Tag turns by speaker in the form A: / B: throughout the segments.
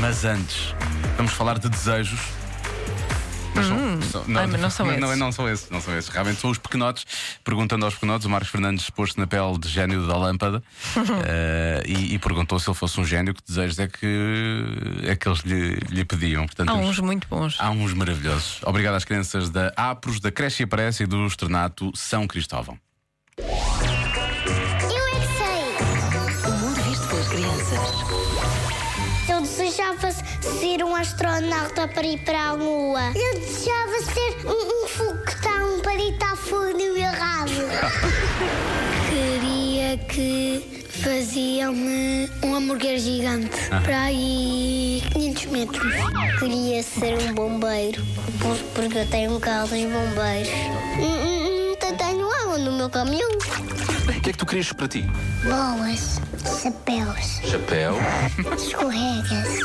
A: Mas antes, vamos falar de desejos. Mas são- são-
B: Hum. ai, mas não são
A: não,
B: esses.
A: não são esses, não são esses. Realmente são os pequenotes. Perguntando aos pequenotes, o Marcos Fernandes pôs-se na pele de gênio da lâmpada eh, e, e perguntou se ele fosse um gênio, que desejos é que, é que eles lhe, lhe pediam. Portanto,
B: Há
A: temos-
B: uns muito bons.
A: Há uns maravilhosos. Obrigado às crianças da APROS, da Creche e Aparece e do Externato São Cristóvão.
C: Eu é que sei!
D: O mundo visto pelas crianças.
C: Eu desejava ser um astronauta para ir para a Lua. Eu desejava ser um, um foguetão para deitar fogo no meu rabo. Queria que faziam-me um hambúrguer gigante
D: Ah.
C: para aí 500 metros. Queria ser um bombeiro, porque eu tenho um carro dos bombeiros. Um, Não então tenho água no meu caminhão.
E: O que é que tu querias para ti?
C: Bolas, chapéus,
E: Chapéu.
C: escorregas.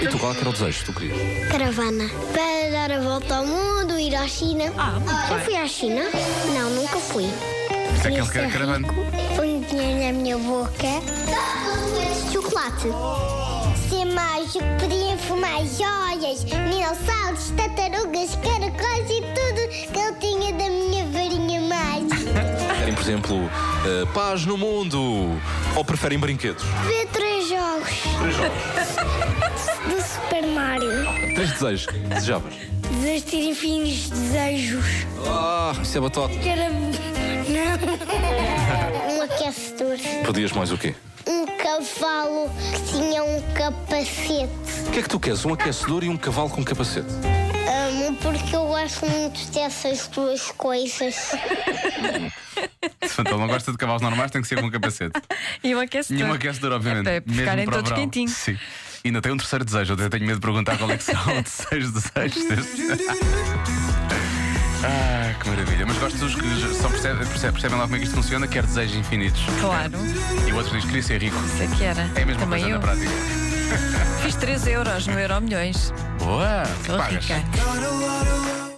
E: E tu, qual é que era o desejo que tu querias?
C: Caravana. Para dar a volta ao mundo, ir à China.
B: Ah, muito
C: Já
B: bem.
C: fui à China? Não, nunca fui.
A: Isso é que ele quer a caravana.
C: Põe dinheiro na minha boca. Chocolate. Ser mágico, podia fumar joias, dinossauros, tartarugas, caracóis e tudo que eu tinha da minha varinha mágica.
E: Querem, por exemplo, eh, paz no mundo? Ou preferem brinquedos?
C: Ver três jogos. Três jogos. Do Super Mario.
E: Três desejos que desejavas.
C: Desistir infinos desejos.
E: Ah, isso é batota.
C: Um aquecedor.
E: Pedias mais o quê?
C: um cavalo que tinha um capacete.
E: O que é que tu queres? Um aquecedor e um cavalo com capacete.
C: Amo porque eu gosto muito dessas duas coisas.
A: Portanto, Então, ele não gosta de cavalos normais, tem que ser com um capacete.
B: E um aquecedor.
A: E um aquecedor, obviamente.
B: É para
A: mesmo
B: ficarem
A: para o
B: todos
A: verão.
B: quentinhos.
A: Sim. E ainda tem um terceiro desejo. Eu tenho medo de perguntar qual é que será o terceiro desejo deste. Ah, que maravilha. Mas gosto dos que já- só percebe- percebe- percebem, lá como é que isto funciona, quer desejos infinitos.
B: Claro,
A: E o outro diz, queria ser rico.
B: isso é que era.
A: É a mesma
B: Também
A: coisa
B: eu.
A: na prática.
B: Fiz 3 euros no Euro Milhões.
A: Boa!
B: Sou
A: Pagas.
B: rica.